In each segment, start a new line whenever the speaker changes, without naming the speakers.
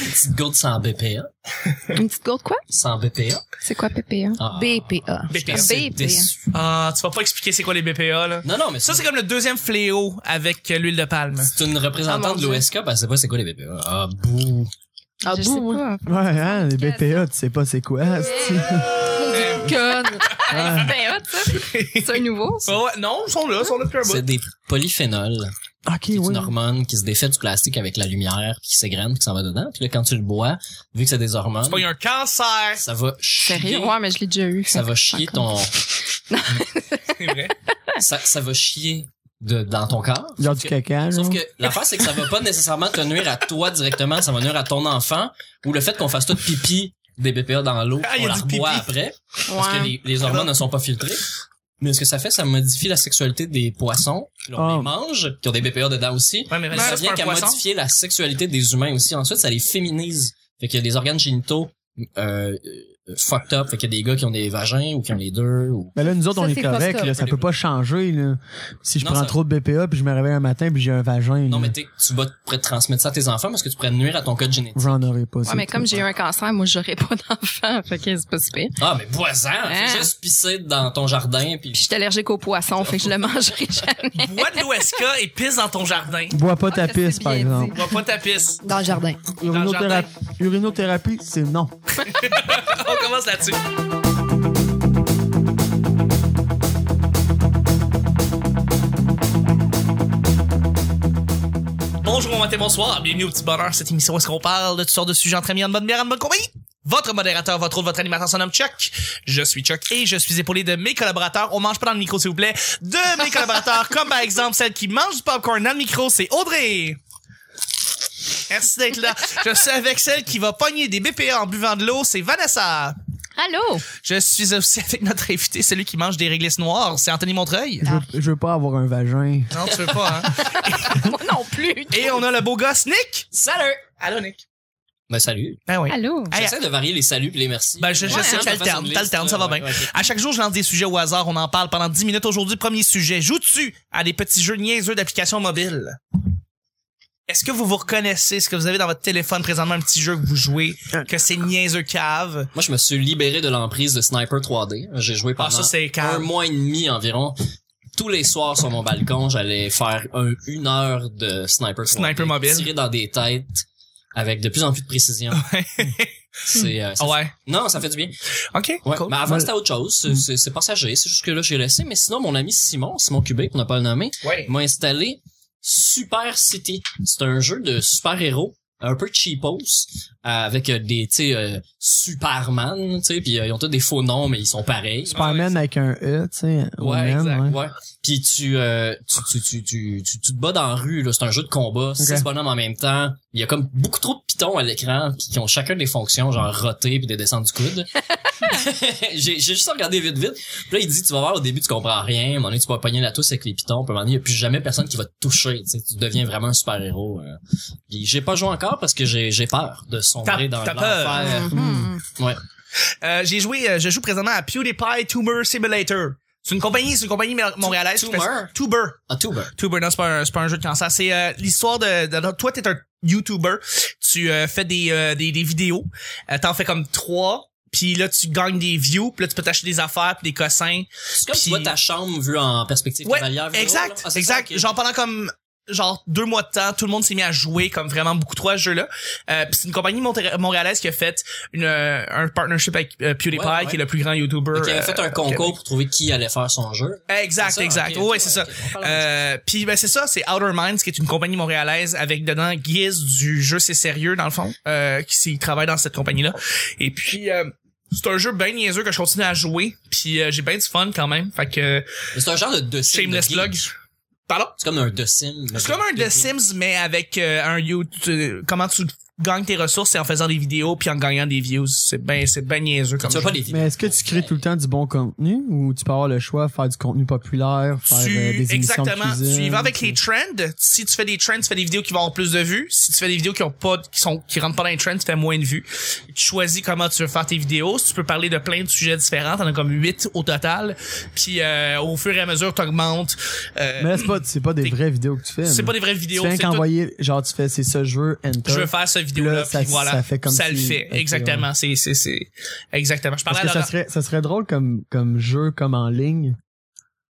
Une petite gourde sans BPA.
Une petite gourde quoi?
Sans BPA.
C'est quoi PPA?
Ah.
BPA.
Je suis
BPA.
assez déçu.
Ah, tu vas pas expliquer c'est quoi les BPA, là.
Non, non, mais
Ça,
ça,
c'est comme le deuxième fléau avec euh, l'huile de palme.
c'est une représentante
Ah, mon
de
Dieu.
l'OSK, ben, c'est pas c'est quoi les BPA. Ah, bouh.
Ah,
Je
bouh.
sais pas.
Ouais, hein, les BPA, tu sais pas c'est quoi, Ah, c'est-
Conne. Hey, c'est bien hot, Ben, ça. C'est un nouveau. ça.
Ah ouais, non, ils sont là, ils sont là depuis un bout.
C'est des polyphénols.
Ok,
C'est
oui.
une hormone qui se défait du plastique avec la lumière, puis qui s'égrène, puis qui s'en va dedans. Puis là, quand tu le bois, vu que c'est des hormones,
C'est pas un cancer.
ça va chier.
Sérieux? Ouais, mais je l'ai déjà eu.
Ça va chier ton,
C'est vrai.
ça, ça va chier de, dans ton corps.
Lors du
que-
caca,
Sauf
genre.
que l'affaire, c'est que ça va pas nécessairement te nuire à toi directement, ça va nuire à ton enfant, ou le fait qu'on fasse tout pipi des BPA dans l'eau,
Ah, il y
on
a
la
du pipi.
reboit après, parce que
Ouais.
les, les hormones ne sont pas filtrées. Mais ce que ça fait, ça modifie la sexualité des poissons, puis on
Oh.
Ah.
les mange, qui ont des BPA dedans aussi.
Ouais, mais
Mais
reste-
ça
reste
vient
pas un
qu'à
poisson.
modifier la sexualité des humains aussi. Ensuite, ça les féminise. Fait qu'il y a des organes génitaux euh, euh, fucked up. Fait qu'il y a des gars qui ont des vagins ou qui ont les deux. Ou...
Mais là, nous autres,
Ça,
on est
c'est pas
corrects,
ça.
là, ça peut pas changer, là. Si je
Non,
prends
ça-
trop de BPA puis je me réveille un matin puis j'ai un vagin,
Non,
là,
mais t'es- tu vas te transmettre ça à tes enfants parce que tu pourrais nuire à ton code génétique.
j'en aurais pas.
Ouais, mais comme j'ai eu un cancer, moi, j'aurais pas d'enfant. Fait que c'est pas super.
Ah, mais bois-en!
Hein?
Fais juste pisser dans ton jardin, puis
Puis je suis allergique aux poissons, fait que je le mangerai jamais.
Bois de l'OSK et pisse dans ton jardin.
Bois pas ta
Ah, ça, c'est
pisse, par
bien
exemple.
Bois pas ta pisse.
Dans le jardin.
le jardin.
Urinothérapie, urinothérapie, c'est non.
On commence là-dessus. Bonjour, bon matin, bonsoir. Bienvenue au petit bonheur. Cette émission où est-ce qu'on parle de toutes sortes de sujets entre amis, en bonne bière, en bonne compagnie. Votre modérateur, votre autre, votre animateur, son nom Chuck. Je suis Chuck et je suis épaulé de mes collaborateurs. On mange pas dans le micro, s'il vous plaît. De mes collaborateurs, comme par exemple celle qui mange du popcorn dans le micro, c'est Audrey. Merci d'être là. Je suis avec celle qui va pogner des BPA en buvant de l'eau, c'est Vanessa.
Allô?
Je suis aussi avec notre invité, celui qui mange des réglisses noires, c'est Anthony Montreuil.
Je veux, je veux pas avoir un vagin.
Non, tu veux pas, hein?
Moi non plus.
Et on a le beau gosse Nick!
Salut!
Allô, Nick.
Ben, salut.
Ben oui.
Allô?
Hey,
J'essaie de varier les saluts puis les merci.
Ben, je- je
Ouais,
sais,
hein,
t'alternes,
façon de
t'alternes,
liste,
ça va
là.
bien.
Ouais, ouais.
À chaque jour, je lance des sujets au hasard, on en parle pendant 10 minutes. Aujourd'hui, premier sujet, joues-tu à des petits jeux niaiseux d'applications mobiles? Est-ce que vous vous reconnaissez? Est-ce que vous avez dans votre téléphone présentement un petit jeu que vous jouez, que c'est niaiseux cave?
Moi, je me suis libéré de l'emprise de Sniper 3D. J'ai joué
Ah,
pendant
ça, c'est
un
cave.
mois et demi environ. Tous les soirs sur mon balcon, j'allais faire un- une heure de Sniper 3D.
Sniper mobile.
Tirer dans des têtes avec de plus en plus de précision. c'est, euh, ça-
Ah Ouais.
Non, ça fait du bien.
OK.
Ouais, Bah,
cool.
Mais avant, c'était autre chose. C'est- C'est c'est passager. C'est juste que là, j'ai laissé. Mais sinon, mon ami Simon, Simon Cubé, qu'on n'a pas le nommé,
Ouais.
m'a installé Super City. C'est un jeu de super-héros, un peu cheapos, euh, avec euh, des, tu sais, euh, Superman, tu sais, puis euh, ils ont tous des faux noms, mais ils sont pareils.
Superman avec un E, tu sais.
Ouais,
Woman,
exact,
ouais.
ouais. Puis tu, euh, tu, tu, tu, tu, tu, tu te bats dans la rue, là. C'est un jeu de combat, six bonhommes en même temps. Il y a comme beaucoup trop de pitons à l'écran qui, qui ont chacun des fonctions, genre roter puis des descentes du coude. j'ai, j'ai juste regardé vite, vite. Puis là, il dit, tu vas voir, au début, tu comprends rien. À un moment donné, tu vas pogner la touche avec les pitons. Puis à un moment donné, il y a plus jamais personne qui va te toucher. Tu sais, tu deviens vraiment un super-héros. euh. Puis j'ai pas joué encore parce que j'ai, j'ai peur de sombrer
T'as-
dans
Mmh. t'as
l'enfer.
Mhm.
Ouais.
Euh, j'ai joué, euh, je joue présentement à PewDiePie Tuber Simulator. C'est une compagnie, c'est une compagnie mor- montréalaise. qui fait ça.
Tumor?
Tuber.
Ah, Tuber.
Tuber, non, c'est pas, un- c'est pas un jeu de cancer. C'est euh, l'histoire de, de, de- Toi, t'es un YouTuber. Tu euh, fais des, euh, des, des vidéos. Euh, T'en fais comme trois. Puis là, tu gagnes des views. Puis là, tu peux t'acheter des affaires puis des cossins.
C'est comme
Puis-
tu vois ta chambre vue en perspective
Ouais,
cavalière. vidéo, là.
Exact,
Ah, c'est
exact.
ça, ok.
Genre pendant comme genre deux mois de temps, tout le monde s'est mis à jouer comme vraiment beaucoup trop à ce jeu-là. Euh, puis c'est une compagnie monté- montréalaise qui a fait une, euh, un partnership avec euh, PewDiePie,
Ouais, ouais.
qui est le plus grand YouTuber.
Qui avait fait
euh,
un
au
concours
Québec.
pour trouver qui allait faire son jeu.
Exact,
C'est ça,
exact.
ok, ok,
ouais, c'est ça.
ok, on parle de ça.
Euh, puis ben c'est ça, c'est Outer Minds qui est une compagnie montréalaise avec dedans Guise du jeu c'est sérieux dans le fond euh, qui s'y travaille dans cette compagnie là. Et puis euh, c'est un jeu bien niaiseux que je continue à jouer puis euh, j'ai bien du fun quand même. Fait que euh,
Mais C'est un genre de The Sims.
shameless
de
plug.
geek.
Pardon.
C'est comme un The Sims.
C'est comme un The Sims, mais avec euh, un you- tu- comment tu gagnes tes ressources, c'est en faisant des vidéos puis en gagnant des views. C'est ben, c'est ben niaiseux comme
Tu vois
jeu.
pas les vidéos.
Mais est-ce que tu crées tout le temps du bon contenu ou tu peux avoir le choix de faire du contenu populaire, faire
Tu-
euh, des émissions de
exactement,
cuisine?
tu y vas avec les trends. Si tu fais des trends, tu fais des vidéos qui vont avoir plus de vues. Si tu fais des vidéos qui ont pas, qui sont, qui rentrent pas dans les trends, tu fais moins de vues. Tu choisis comment tu veux faire tes vidéos. Si tu peux parler de plein de sujets différents, t'en as comme huit au total. Puis euh, au fur et à mesure, t'augmentes. Euh,
Mais là, c'est pas, c'est pas des
T'es-
vraies vidéos que tu fais.
c'est
là.
pas des vraies vidéos.
Tu fais
c'est tout-
qu'envoyer, genre, tu fais, c'est ce jeu, enter.
Je veux faire ce vidéo-là,
Là, ça-
puis voilà.
ça fait comme
Ça le
si-
fait,
ok, ouais.
exactement. C'est, c'est, c'est, exactement. Je
Parce
parlais
que
à
ça
Laurent
serait, ça serait drôle comme, comme jeu, comme en ligne,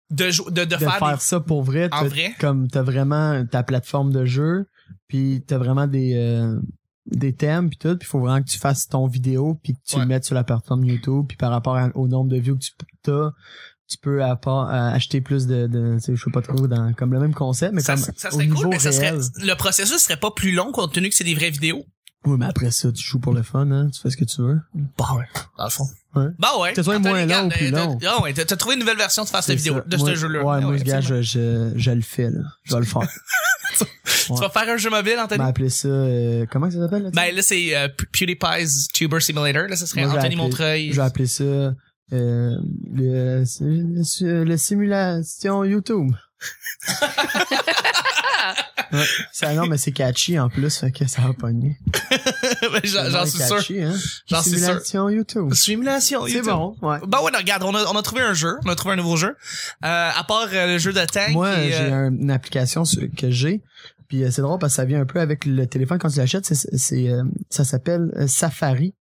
de, jou- de, de,
de
faire,
faire,
des-
ça pour vrai.
en
T'as-
vrai.
Comme t'as vraiment ta plateforme de jeu, puis t'as vraiment des, euh, des thèmes, puis tout, puis faut vraiment que tu fasses ton vidéo, puis que tu
Ouais.
le mettes sur la plateforme YouTube, puis par rapport à- au nombre de vues que tu as, tu peux appa- à- acheter plus de, de tu sais, je sais pas trop, dans, comme le même concept, mais
ça,
comme
ça
au
serait
niveau
cool, mais ça serait,
réel.
le processus serait pas plus long compte tenu que c'est des vraies vidéos.
Oui, mais après ça, tu joues pour le fun, hein, tu fais ce que tu veux.
Bah ouais, dans le fond.
Ouais.
Bah ouais.
Que ce soit
Attends,
moins
regarde,
long ou plus
euh, t'as-
long.
Ah ouais, t'as t'as trouvé une nouvelle version de faire cette
C'est
vidéo,
ça.
de
Moi,
ce jeu-là.
Ouais,
Ah
moi,
ouais,
je gars,
absolument.
je, je, je le fais, là. Je vais le faire.
Tu vas faire un jeu mobile,
On
Anthony?
m'a appelé ça, euh, comment ça s'appelle, là? tu sais?
Ben là, c'est euh, P- PewDiePie's Tuber Simulator. Là, ça serait
Moi, j'ai
Anthony
appelé-
Montreuil.
Je vais appeler ça, euh, le, le, le simulation YouTube. ouais. Ça, non, mais c'est catchy, en plus, fait que ça va pogner.
Ben, J'en j'en suis sûr.
Catchy, hein?
J'en suis sûr.
Simulation YouTube.
Simulation.
C'est
YouTube.
bon, ouais.
Ben ouais, non, regarde, on a, on a trouvé un jeu, on a trouvé un nouveau jeu. Euh, à part euh, le jeu de tank.
Moi,
et, euh,
j'ai un- une application sur- que j'ai. Puis euh, c'est drôle parce que ça vient un peu avec le téléphone quand tu l'achètes. C'est, c'est, euh, ça s'appelle euh, Safari.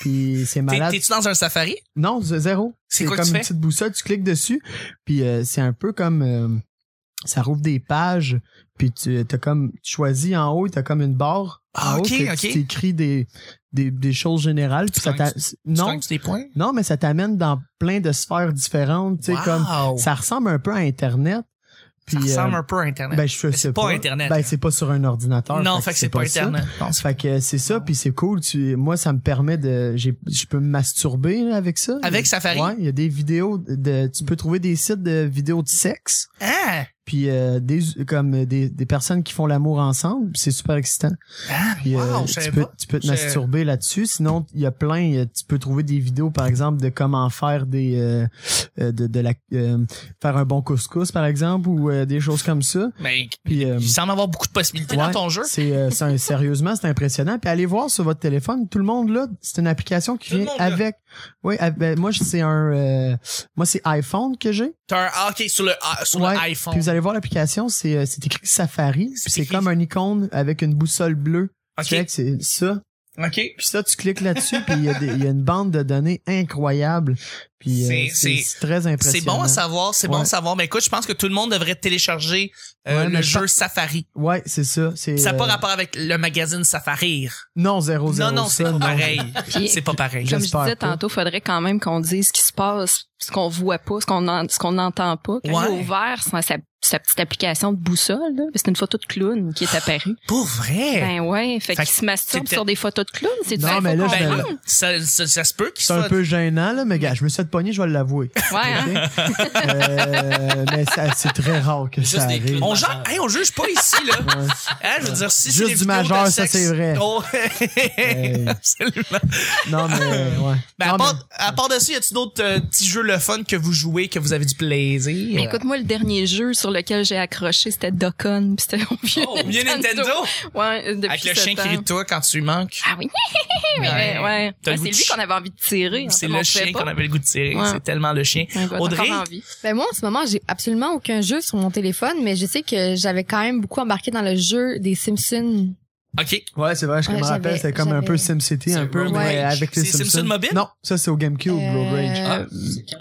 puis c'est
t'es-
malade.
T'es-tu dans un safari?
Non, z- zéro.
C'est quoi que tu
comme une
fais?
petite boussole. Tu cliques dessus. Puis euh, c'est un peu comme euh, ça rouvre des pages. Puis tu euh, t'as comme tu choisis en haut, t'as comme une barre.
Ah,
en
ok,
haut, que
ok.
Tu t'écris des, des des choses générales. Puis ça
cognes-
t'a- non,
Tu des points?
non, mais ça t'amène dans plein de sphères différentes. Tu sais
Wow.
comme
ça
ça ressemble un peu à Internet. Puis,
Oh. ressemble
euh,
un peu à Internet.
ben, je
Mais
sais
c'est pas Internet.
Ben, c'est pas sur un ordinateur.
non, fait que c'est pas
ça.
Internet. Non, c'est-
Fait que c'est ça, puis c'est cool. Tu, moi, ça me permet de, j'ai, je peux me masturber là, avec ça.
Avec Safari?
Ouais, il y a des vidéos de, tu peux trouver des sites de vidéos de sexe,
Ah!
puis euh, des, comme des, des personnes qui font l'amour ensemble. puis C'est super excitant.
Ah!
Puis,
wow,
euh,
je
tu,
savais
peux,
pas.
tu peux te
Je-
masturber là-dessus. Sinon, il y a plein. il y a- Tu peux trouver des vidéos, par exemple, de comment faire des euh, euh, de, de la euh, faire un bon couscous, par exemple, ou euh, des choses comme ça.
Mais
Puis euh,
il semble avoir beaucoup de possibilités dans
ouais,
ton jeu.
C'est euh, c'est un- sérieusement, c'est impressionnant. Puis allez voir sur votre téléphone, tout le monde là, c'est une application qui
Tout le
vient
monde, là.
avec. Oui, ah, ben, moi c'est un euh, moi c'est iPhone que j'ai.
T'as un, ah, ok, sur le, ah, sur
Ouais.
le iPhone.
Puis vous allez voir l'application, c'est euh, c'est écrit Safari, puis
C'est
c'est
écrit-
comme un icône avec une boussole bleue. Tu sais
ok,
que c'est ça.
ok.
Puis ça, tu cliques là-dessus, puis il y, a des- il y a une bande de données incroyable. Puis euh,
C'est-
c'est
c'est-
c'est très
C'est
impressionnant.
bon à savoir, c'est bon
Ouais.
à savoir. Mais écoute, je pense que tout le monde devrait télécharger euh,
Ouais,
le
mais je
jeu Safari.
Ouais, c'est ça. C'est,
Ça n'a pas
euh,
rapport avec le magazine Safarir.
Non, zéro, zéro.
Non, non, c'est
ça,
pas pareil.
Puis,
C'est pas pareil.
comme je
j'espère
disais
pas.
tantôt, faudrait quand même qu'on dise ce qui se passe, ce qu'on voit pas, ce qu'on en- ce qu'on n'entend pas. Quand il a
Ouais.
ouvert sa, sa- sa petite application de boussole, là, c'est une photo de clown qui est apparue.
Pour vrai?
Ben ouais, fait,
Fait
qu'il
que
se masturbe
c'est peut-être-
sur des photos de clown, c'est
Non, mais là, je
Ben,
me-
ça, ça, ça Ah, se peut qu'il
C'est un
soit...
peu gênant, là, mais gars, je me suis fait pogner, je vais l'avouer.
Ouais, hein?
Ok? Euh, mais ça, c'est très rare que
Juste
ça
des
arrive.
clés.
On, genre, hey, on juge pas ici, là.
Ouais.
Hein, je veux dire, si
Juste
c'est des
du
vidéos
majeur,
de
ça,
sexe-
c'est vrai.
Oh,
Hey.
Absolument.
Non, mais euh, ouais.
Ben, à,
Non,
part,
mais-
à part de ça, y a-tu d'autres euh, petits jeux le fun que vous jouez, que vous avez du plaisir?
Mais écoute, moi, le dernier jeu sur lequel j'ai accroché, c'était Dokkan, puis c'était mon vieux
Oh,
Bien Nintendo!
Ouais, euh, depuis
Avec le
ce
chien qui
temps.
rit de toi quand tu lui manques.
Ah oui, mais ouais. ouais.
T'as
Ah,
le goût
c'est
de
lui
chi-
qu'on avait envie de tirer. hein, on
C'est
se
le
montrait
chien
pas.
qu'on avait le goût de tirer.
Ouais.
C'est tellement le chien.
Ouais, ouais,
Audrey?
t'as encore envie.
Ben moi en ce moment j'ai absolument aucun jeu sur mon téléphone, mais je sais que j'avais quand même beaucoup embarqué dans le jeu des Simpsons.
OK.
Ouais, c'est vrai, je
Ouais,
me rappelle,
j'avais-
c'était comme un peu
j'avais-
SimCity, un
C'est
peu,
Road
mais
Rage.
avec les
C'est Simpsons mobile?
Non, ça, c'est au GameCube, Road Rage.
Ah,
Euh,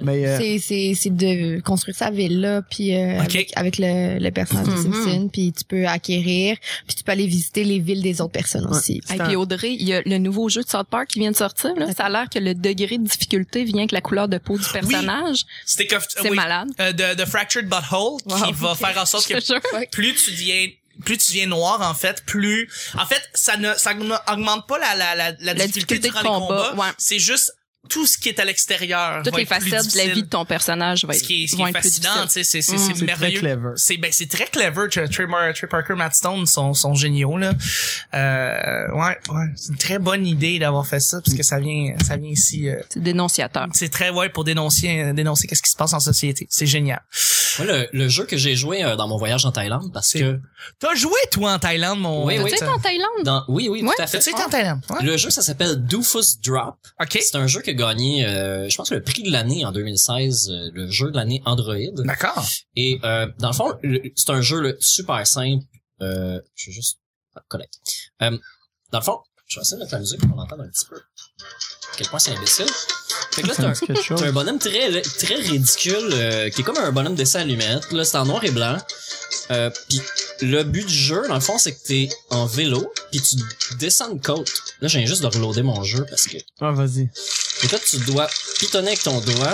Mais, euh,
C'est c'est c'est de construire sa ville là, puis euh,
Ok. Mm-hmm.
avec, avec le, le personnage
Mhm.
des Simpsons, puis tu peux acquérir, puis tu peux aller visiter les villes des autres personnes
Ouais.
aussi.
C'est
Et
un-
puis Audrey, il y a le nouveau jeu de South Park qui vient de sortir. Là. Ça a l'air que le degré de difficulté vient avec la couleur de peau du personnage.
C'était cof-
C'est
oui.
malade.
Euh, de, de Fractured Butthole qui
Wow.
va faire en sorte que
Je te jure.
plus tu deviens plus tu deviens noir en fait plus en fait ça ne ça augmente pas la la la, la
difficulté
difficulté,
de
durant les
combat,
combats
ouais.
c'est juste tout ce qui est à l'extérieur
Toutes
va
les
être plus
facettes de la
difficile.
vie de ton personnage vont
ce
être,
qui est, ce qui
vont
est
être plus
fascinant tu
difficiles.
sais c'est c'est
Mm.
c'est
c'est très
merveilleux
clever.
c'est ben c'est très clever Trey Trey Mar- Trey Parker Matt Stone sont sont géniaux là euh, ouais ouais c'est une très bonne idée d'avoir fait ça parce que ça vient ça vient ici euh,
C'est dénonciateur.
c'est très ouais pour dénoncer euh, dénoncer qu'est-ce qui se passe en société c'est génial
Moi, le, le jeu que j'ai joué euh, dans mon voyage en Thaïlande, parce
C'est-
que
t'as joué toi en Thaïlande mon
Oui, oui. Ah.
Tu sais,
t'as-
en Thaïlande,
dans, oui, oui,
Ouais,
tout à fait.
t'as-tu été en Thaïlande Ouais.
Le jeu, ça s'appelle Doofus Drop.
ok
C'est un jeu qui a gagné, euh, je pense, le prix de l'année en 2016, euh, le jeu de l'année Android.
d'accord
Et euh, dans le fond, le- c'est un jeu là, super simple. Euh, je vais juste connecter. Euh, Dans le fond, je vais essayer de mettre la musique pour qu'on entende un petit peu. À quel point c'est imbécile. Fait que là, t'as un,
C'est quelque chose.
t'as un bonhomme très, très ridicule, euh, qui est comme un bonhomme dessin à lunettes. Là, c'est en noir et blanc. Euh, puis le but du jeu, dans le fond, c'est que t'es en vélo, puis tu descends une côte. Là, j'ai juste de reloader mon jeu parce que.
Ah, vas-y.
Fait que là, tu dois pitonner avec ton doigt,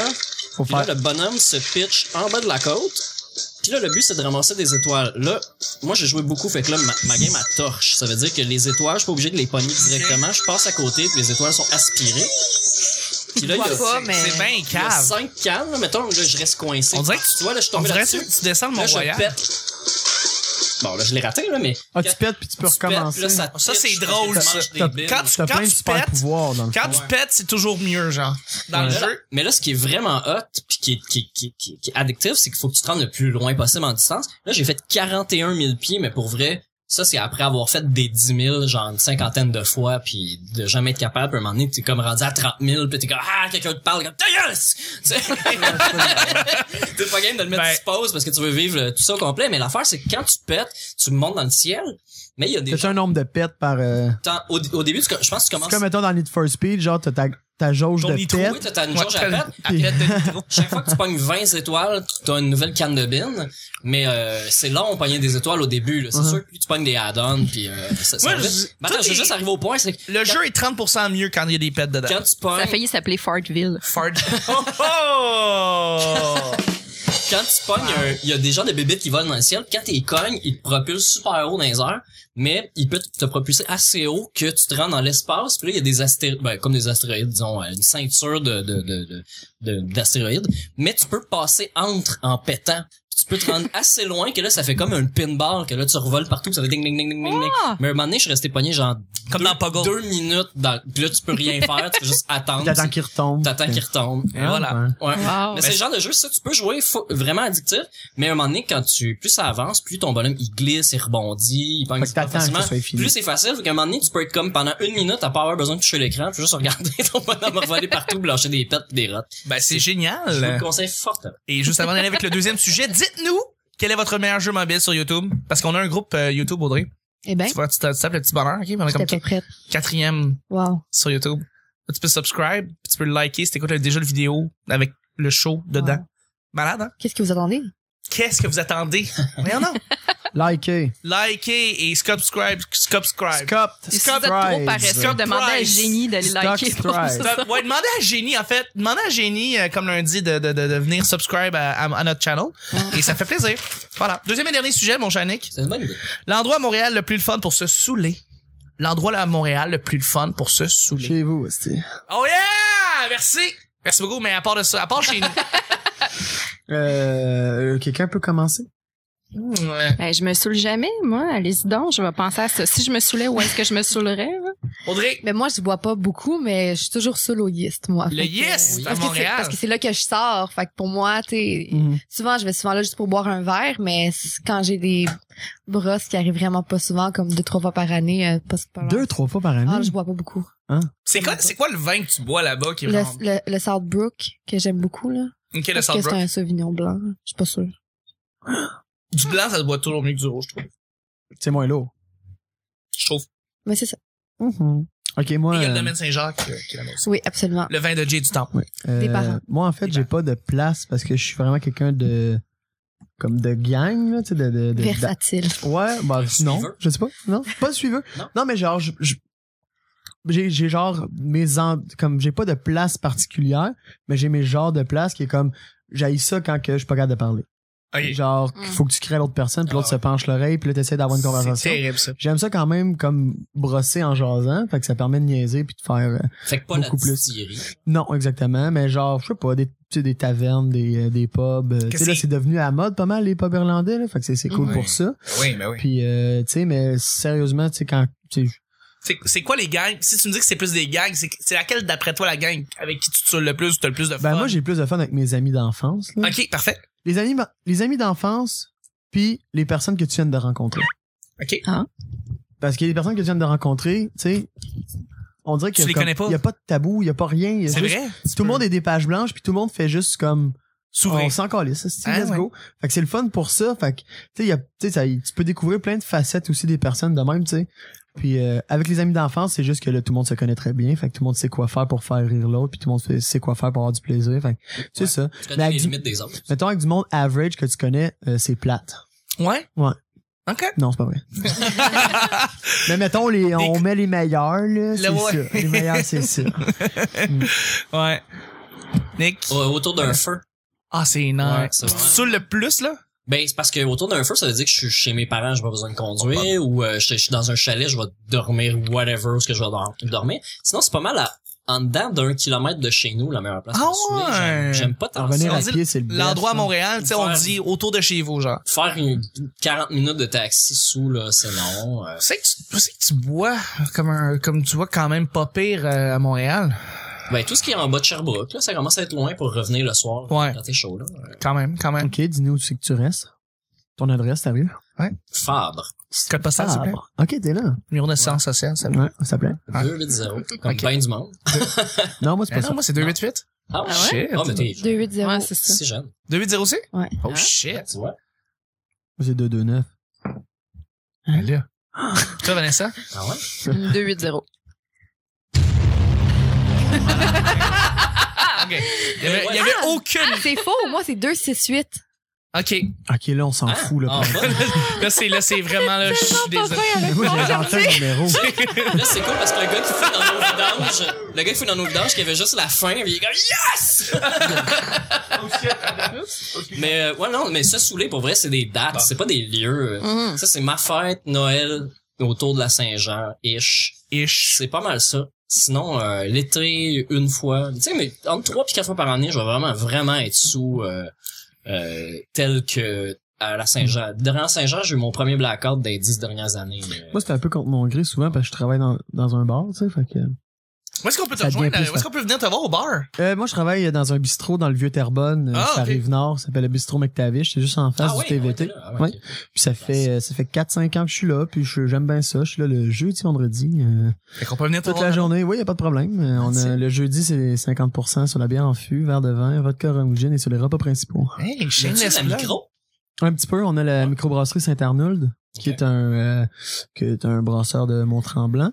Faut
puis là,
faire.
le bonhomme se pitch en bas de la côte. Puis là, le but, c'est de ramasser des étoiles. Là, moi, j'ai joué beaucoup, fait que là, ma, ma game, elle torche. Ça veut dire que les étoiles, je suis pas obligé de les pogner directement. Je passe à côté, puis les étoiles sont aspirées. Puis là, il y a,
Pourquoi pas, mais-
C'est bien
il y a
cave.
cinq cannes. Là, mettons, là, je reste coincé.
On dirait que
tu vois, là, je suis
On
tombé
dirait que
là-dessus.
tu descends le
Là, je
Mont-Royal.
pète. Bon, là, je l'ai raté, là, mais...
Ah, tu pètes puis tu peux
tu pètes,
recommencer.
là, ça, te
Ça, c'est
pitch,
drôle,
tu
ça.
manges des
T'as-
billes.
quand
T'as
quand
plein de
tu
super
pètes-
pouvoirs dans le
Quand tu
Ouais.
pètes, c'est toujours mieux, genre. Dans le
Mais là-
jeu.
Mais là, ce qui est vraiment hot, puis qui est, qui, est- qui, est- qui, est- qui est addictif, c'est qu'il faut que tu te rendes le plus loin possible en distance. Là, j'ai fait 41 000 pieds, mais pour vrai, ça, c'est après avoir fait des 10 000, genre une cinquantaine de fois, puis de jamais être capable. Puis à un moment donné, t'es comme rendu à 30 000, puis t'es comme « Ah, quelqu'un te parle! » comme « Ta gueule! » Tu sais? T'es pas game de le mettre
Ben-
sur pause parce que tu veux vivre le- tout ça au complet. Mais l'affaire, c'est que quand tu pètes, tu montes dans le ciel, mais il y a des
T'as un nombre de pètes par. euh,
temps... Au, au début, tu co- je pense que tu
C'est
commences...
comme mettons dans Need for Speed, genre t'as ta, ta jauge
Ton
de
nitro, oui,
pètes.
t'as ta une
Ouais,
jauge à pète,
puis-
Chaque fois que tu pognes 20 étoiles, tu as une nouvelle canne de bine, mais euh, c'est long de pogner des étoiles au début. là. C'est
Mhm.
sûr que plus tu pognes des add-ons, puis euh, ça, ça
Moi,
va
je-
vite. Mais attends,
tout
je veux
est-
juste arriver au point, c'est que
Le jeu est 30% mieux quand il y a des pets dedans.
quand tu
Ça a
pognes,
failli s'appeler Fartville.
Fart. Oh! oh!
quand tu pognes, un- il y a des gens de bébites qui volent dans le ciel. Quand t'es cognes, ils te propulsent super haut dans les airs, mais ils peuvent te propulser assez haut que tu te rends dans l'espace. Puis là, il y a des astéroïdes, ben, comme des astéroïdes, disons, euh, une ceinture de de- de- de- de- d'astéroïdes, mais tu peux passer entre en pétant. Puis Tu peux te rendre assez loin que là, ça fait comme un pinball, que là, tu revoles partout, puis ça fait ding, ding, ding, ding, ding, ding.
Ah!
Mais à un moment donné, je restais pogné genre
Comme
deux,
dans Poggle.
deux minutes, dans, puis là, tu peux rien faire, tu peux juste attendre.
T'attends qu'il retombe.
T'attends qu'il retombe.
Et voilà.
Ah Ouais.
Ouais.
Wow.
Mais c'est le genre de jeu, ça, tu peux jouer faut- vraiment addictif, mais à un moment donné, quand tu, plus ça avance, plus ton bonhomme, il glisse, il rebondit, il pense
Fait que t'attends que ça soit fini.
Plus c'est facile, fait qu'à un moment donné, tu peux être comme pendant une minute, à pas avoir besoin de toucher l'écran, tu peux juste regarder ton bonhomme voler partout, puis lâcher des pets pis des rottes.
Ben, c'est
Je vous le
génial.
conseille fortement.
Et juste avant d'aller avec le deuxième sujet, dites-nous quel est votre meilleur jeu mobile sur YouTube. Parce qu'on a un groupe euh, YouTube, Audrey.
Eh ben,
Tu vois, tu t'a- tu tapes le petit bonheur, ok? Puis On est
j'étais
comme
pas
qu-
prête.
quatrième
Wow.
sur YouTube. Là, Tu peux subscribe, puis tu peux liker si t'écoutes le- déjà le vidéo avec le show dedans.
Wow.
Malade, hein?
Qu'est-ce que vous attendez?
Qu'est-ce que vous attendez? Rien non.
Likez.
Likez et subscribe, subscribe.
Scopt.
Si vous êtes trop paresseux,
Surprise.
demandez à Génie d'aller
Stock
liker pour
Strike.
ça.
Stop. Euh, Ouais, demandez à Génie, en fait. Demandez à Génie, euh, comme lundi, de, de, de, de venir subscribe à, à- à notre channel. Et ça fait plaisir. Voilà. Deuxième et dernier sujet, mon Yannick.
C'est une bonne idée.
L'endroit à Montréal le plus le fun pour se saouler. L'endroit à Montréal le plus le fun pour se saouler.
Chez vous, c'est.
Oh yeah! Merci! Merci beaucoup, mais à part de ça, à part chez nous.
Euh, quelqu'un peut commencer?
Hmm, ouais.
Ben, je me saoule jamais, moi. Allez-y donc, je vais penser à ça. Si je me saoulais, où est-ce que je me saoulerais? là?
Audrey,
Mais Ben, moi, je bois pas beaucoup, mais je suis toujours seule au Yist, moi.
Le
Fait que, euh,
Yist, à
parce que c'est-
Montréal.
Parce que c'est là que je sors. Fait que pour moi, tu sais,
Mhm.
souvent, je vais souvent là juste pour boire un verre, mais c- quand j'ai des brosses qui arrivent vraiment pas souvent, comme deux, trois fois par année, euh, pas, c'est pas long.
Deux, trois fois par
Ah,
année.
je bois pas beaucoup.
c'est quoi, c'est quoi le vin que tu bois là-bas qui est
Le,
vraiment-
le, le Southbrook, que j'aime beaucoup, là.
Ok, le
Parce que c'est
Southbrook.
un Sauvignon blanc. Je suis pas sûre.
Du blanc, ça se boit toujours mieux que du rouge, je trouve.
C'est moins lourd.
Je trouve.
Mais c'est ça.
Mhm. Ok, moi.
Il y a le
euh,
domaine Saint-Jacques euh, qui est la nôtre.
Oui, absolument.
Le vin de Jay du Temple.
Des
Euh,
parents.
Moi, en fait,
Des
j'ai pas de place parce que je suis vraiment quelqu'un de. Comme de gang, là, tu sais, de. de, de-
Versatile.
d'a- ouais, bah,
Suiveur.
non. Je sais pas. Non, pas de suiveur.
Non.
mais genre, je- je- J'ai, j'ai genre mes en- comme j'ai pas de place particulière mais j'ai mes genres de place qui est comme j'haïs ça quand que je suis pas capable de parler
Ok.
genre
Mm.
faut que tu crées à l'autre personne puis l'autre
Ah
se penche l'oreille puis là t'essaies d'avoir une
C'est
conversation
terrible, ça.
j'aime ça quand même comme brosser en jasant fait que ça permet de niaiser puis de faire euh,
Fait que pas
Beaucoup
la
plus.
distillerie.
non, exactement, mais genre, je sais pas, des, tu sais, des tavernes, des, euh, des pubs. euh, Tu
Qu'est-ce
sais, là,
que-
c'est devenu à la mode pas mal, les pubs irlandais, là. Fait que c'est- c'est cool
Ouais.
pour ça.
Ben Oui, mais oui.
Puis, euh, tu sais, mais sérieusement, tu sais, quand. tu sais,
C'est- C'est quoi les gangs? Si tu me dis que c'est plus des gangs, c'est c'est laquelle d'après toi la gang avec qui tu te saoules le plus ou t'as le plus de fun?
Ben, moi, j'ai plus de fun avec mes amis d'enfance, là.
Ok, parfait.
Les amis, les amis d'enfance, puis les personnes que tu viens de rencontrer.
Ok.
Ah.
Parce que les personnes que tu viens de rencontrer, tu sais, on dirait qu'il
les
y, a comme-
connais pas?
il y a pas de tabou, il y a pas rien. il y a
C'est
juste-
vrai? Hmm.
Tout le monde est des pages blanches, puis tout le monde fait juste comme.
S'ouvrir.
On s'en calisse, ça, c'est
Ah,
let's
ouais.
go. Fait que c'est le fun pour ça. Fait que, tu sais, il y a- tu sais, ça- tu peux découvrir plein de facettes aussi des personnes de même, tu sais. Puis euh, avec les amis d'enfance, c'est juste que là, tout le monde se connaît très bien. Fait que tout le monde sait quoi faire pour faire rire l'autre, puis tout le monde sait quoi faire pour avoir du plaisir. Fait que c'est
Ouais.
ça.
Tu
Mais
connais les
avec-
limites des autres.
Mettons avec du monde average que tu connais, euh, c'est plate.
Ouais?
Ouais.
OK.
Non, c'est pas vrai. Mais mettons, les, on
Des-
met les meilleurs, là. C'est
ouais.
ça. Les meilleurs, c'est ça.
Ouais. Nick?
Au- Autour d'un feu.
Ah, c'est nice.
Ouais, c'est
tu
vrai.
saoules le plus, là?
Ben, c'est parce que autour d'un feu, ça veut dire que je suis chez mes parents, j'ai pas besoin de conduire, ou euh, je, je suis dans un chalet, je vais dormir, whatever, ce que je vais dor- dormir. Sinon, c'est pas mal à, en dedans d'un kilomètre de chez nous, la meilleure place.
Ah
pour se saouler. J'aime-
ouais.
J'aime pas
En
tant ça.
revenir à
dit
pied, c'est le best,
L'endroit à
là.
Montréal, tu sais, on
Ouais.
dit autour de chez vous, genre.
Faire une 40 minutes de taxi sous, là, c'est non. euh.
C'est que tu, tu sais que tu bois comme un, comme tu vois quand même pas pire euh, à Montréal.
Ben, tout ce qui est en bas de Sherbrooke, là, ça commence à être loin pour revenir le soir.
Ouais.
Quand t'es chaud, là.
Quand même, quand même.
Ok, dis-nous où c'est que tu restes. Ton adresse, t'arrives? Ah,
Fabre.
Code postal, s'il vous plaît.
bon. Ok, t'es là.
Numéro de séance sociale, ça
Ouais, ça plaît.
Ah.
280. Comme
Ok.
plein du monde.
Non, moi, c'est
Ah
pas
non,
ça.
moi, c'est 288.
Ah ouais?
Shit.
Ah, mais t'es,
280.
Ouais, c'est ça.
si jeune.
2806?
Ouais.
Oh
Hein?
shit.
Tu vois?
Moi, c'est 229. Hein?
Elle est là. Toi, Vanessa?
Ah ouais?
280.
OK. Il y avait, il y
Ouais.
Ah!
avait aucune.
C'est faux, moi c'est 268.
OK.
Ok, là, on s'en
Ah.
fout, là.
Ah,
par-
bon.
Là, c'est, là, c'est vraiment, là, je suis désolé.
Mais moi, j'ai inventé un numéro. hein.
Là, c'est cool parce que le gars qui fout dans nos vidanges, le gars qui fout dans nos vidanges, qui avait juste la fin, puis il est comme Yes! mais euh, ouais, non, mais ça, saouler, pour vrai, c'est des dates, c'est pas des lieux. euh.
Euh,
Mm.
Mhm.
Ça, c'est ma fête, Noël, autour de la Saint-Jean-ish.
Ish.
C'est pas mal ça. Sinon, euh, l'été, une fois. Tu sais, mais entre trois puis quatre fois par année, je vais vraiment, vraiment être sous euh, euh, tel que à la Saint-Jean. Durant Saint-Jean, j'ai eu mon premier blackout des dix dernières années. euh.
Moi, c'était un peu contre mon gré souvent parce que je travaille dans, dans un bar, tu sais. Fait que...
Où est-ce qu'on peut te
Ça devient
rejoindre? euh,
plus
Où est-ce qu'on peut venir te voir au bar?
euh, moi, je travaille dans un bistrot dans le vieux Terrebonne.
Ah,
ça
ok.
arrive nord. Ça s'appelle le bistrot McTavish. C'est juste en face
Ah
du
oui,
TVT.
ouais, t'es là. Ah ouais, ok.
Puis ça fait, euh, ça fait 4-5 ans que je suis là, puis je- j'aime bien ça. Je suis là le jeudi, vendredi, euh,
Fait qu'on peut venir te
toute
voir.
la journée. Oui, y a pas de problème. Euh,
Ah,
on a,
Merci.
le jeudi, c'est 50% sur la bière en fût, verre de vin, vodka, rum, gin et sur les repas principaux.
Hey,
J'ai
shameless
la
plug.
micro.
Un petit peu, on a la microbrasserie Saint-Arnould, qui
Ok.
est un, euh, qui est un brasseur de Mont-Tremblant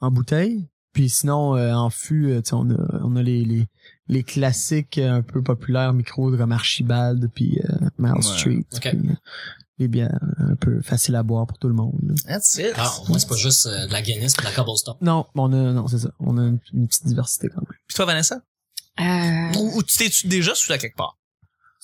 en bouteille. Puis sinon, euh, en fût, euh, tu sais, on a, on a les, les, les classiques euh, un peu populaires, micro de Rhum Archibald, puis euh, Miles
Ouais.
Street.
Ok.
puis, euh, les bières euh, un peu faciles à boire pour tout le monde. là.
That's it.
Ah, moi, c'est pas juste euh, de la Guinness et de la Cobblestone.
Non, on a, non, c'est ça. On a une, une petite diversité quand même.
Puis toi, Vanessa?
Euh,
Ou, ou tu t'es-tu déjà sous la quelque part?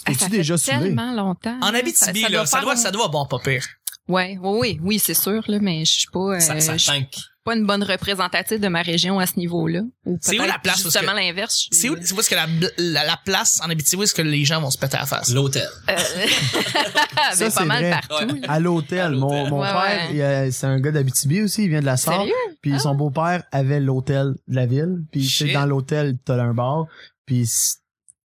ah,
Es-tu
ça
déjà
fait
saoulé?
tellement longtemps.
En Abitibi,
Mm, Ça- ça
là,
doit
ça
faire
doit,
un-
ça doit boire pas pire.
Ouais, ouais, oui, oui, c'est sûr, là, mais je suis pas, euh,
ça, ça
je suis
tank.
pas une bonne représentative de ma région à ce niveau-là. Ou
C'est où
peut-être
la place où est-ce
Justement l'inverse. je suis-
C'est où, c'est où est-ce que la, la, la place en Abitibi, où est-ce que les gens vont se péter à la face?
L'hôtel.
Euh, ben,
c'est
pas mal
vrai.
partout.
Ouais.
là.
À l'hôtel, mon, mon
Ouais,
père,
ouais.
il, euh, c'est un gars d'Abitibi aussi, il vient de la Sarre.
Sérieux?
Puis son beau-père avait l'hôtel de la ville. Puis tu sais,
Ah. Shit.
dans l'hôtel, t'as un bar. Puis c'est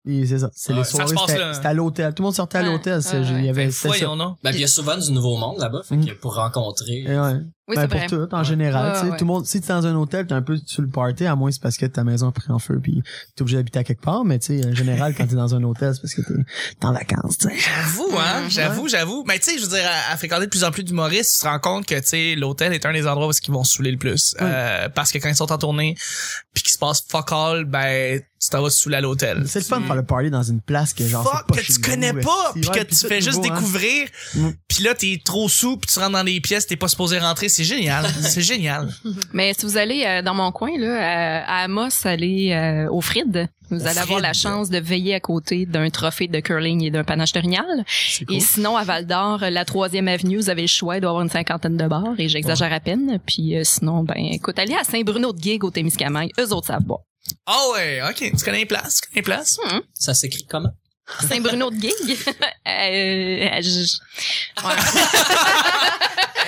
et c'est ça, c'est
Ouais,
les
ça
Ah, se
soirées,
passe
c'était
là. Ah,
c'était à l'hôtel. Tout le monde sortait à
Ouais,
l'hôtel. c'est-
ouais,
il y avait c'était ça.
Voyons, non?
Ben, puis il y a souvent du nouveau monde là-bas, fait que pour rencontrer.
Et ouais.
Oui,
Ben,
c'est
pour
vrai.
tout, en général.
Ouais,
tu sais,
ouais.
Tout le monde, si t'es dans un hôtel, t'es un peu sur le party, à moins c'est parce que ta maison a pris en feu puis t'es obligé d'habiter à quelque part, mais tu sais, en général, quand t'es dans un hôtel, c'est parce que t'es en vacances, tu sais.
J'avoue, hein?
Mm-hmm.
J'avoue, j'avoue. Mais tu sais, je veux dire, à, à fréquenter de plus en plus d'humoristes, tu te rends compte que, tu sais, l'hôtel est un des endroits où ils vont se saouler le plus. Euh, parce que quand ils sont en tournée, puis qu'il se passe fuck all, ben, tu t'en vas te saouler à l'hôtel.
C'est le fun de faire le party dans une place que genre. c'est
Fuck,
pas
que
chez
tu
nous,
connais
esti.
pas, puis
Ouais,
que tu
tout
fais
est
juste
nouveau, hein.
découvrir,
Mm.
puis là t'es trop sous, puis tu rentres dans les pièces, t'es pas supposé rentrer, c'est génial, c'est génial.
Mais si vous allez euh, dans mon coin, là, euh, à, à Amos, allez euh, au Frid. Vous
Au
allez avoir
Frid.
la chance de veiller à côté d'un trophée de curling et d'un panache de rignal.
C'est cool.
Et sinon, à Val d'Or, la troisième avenue, vous avez le choix, il doit y avoir une cinquantaine de bars, et j'exagère à peine. Puis euh, sinon, ben, écoute, allez à Saint-Bruno de Guigue au Témiscamingue, eux autres savent boire.
Ah ouais, ok, tu connais les places, tu connais les places.
Ça s'écrit comment?
Saint-Bruno de Guigue? Euh, je-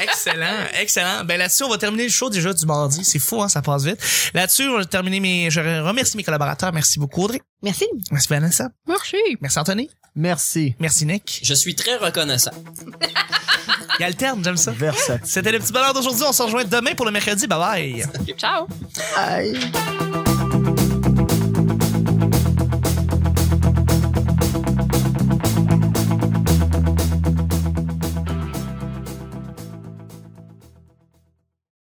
Excellent, excellent. Ben là-dessus, on va terminer le show déjà du mardi. C'est fou, hein, ça passe vite. Là-dessus, on va terminer mes. Je remercie mes collaborateurs. Merci beaucoup, Audrey.
Merci.
Merci Vanessa.
Marché!
Merci Anthony.
Merci.
Merci Nick.
Je suis très reconnaissant.
Il alterne, j'aime ça.
Versatile.
C'était le petit bonheur d'aujourd'hui. On se rejoint demain pour le mercredi. Bye bye.
Ciao!
Aïe.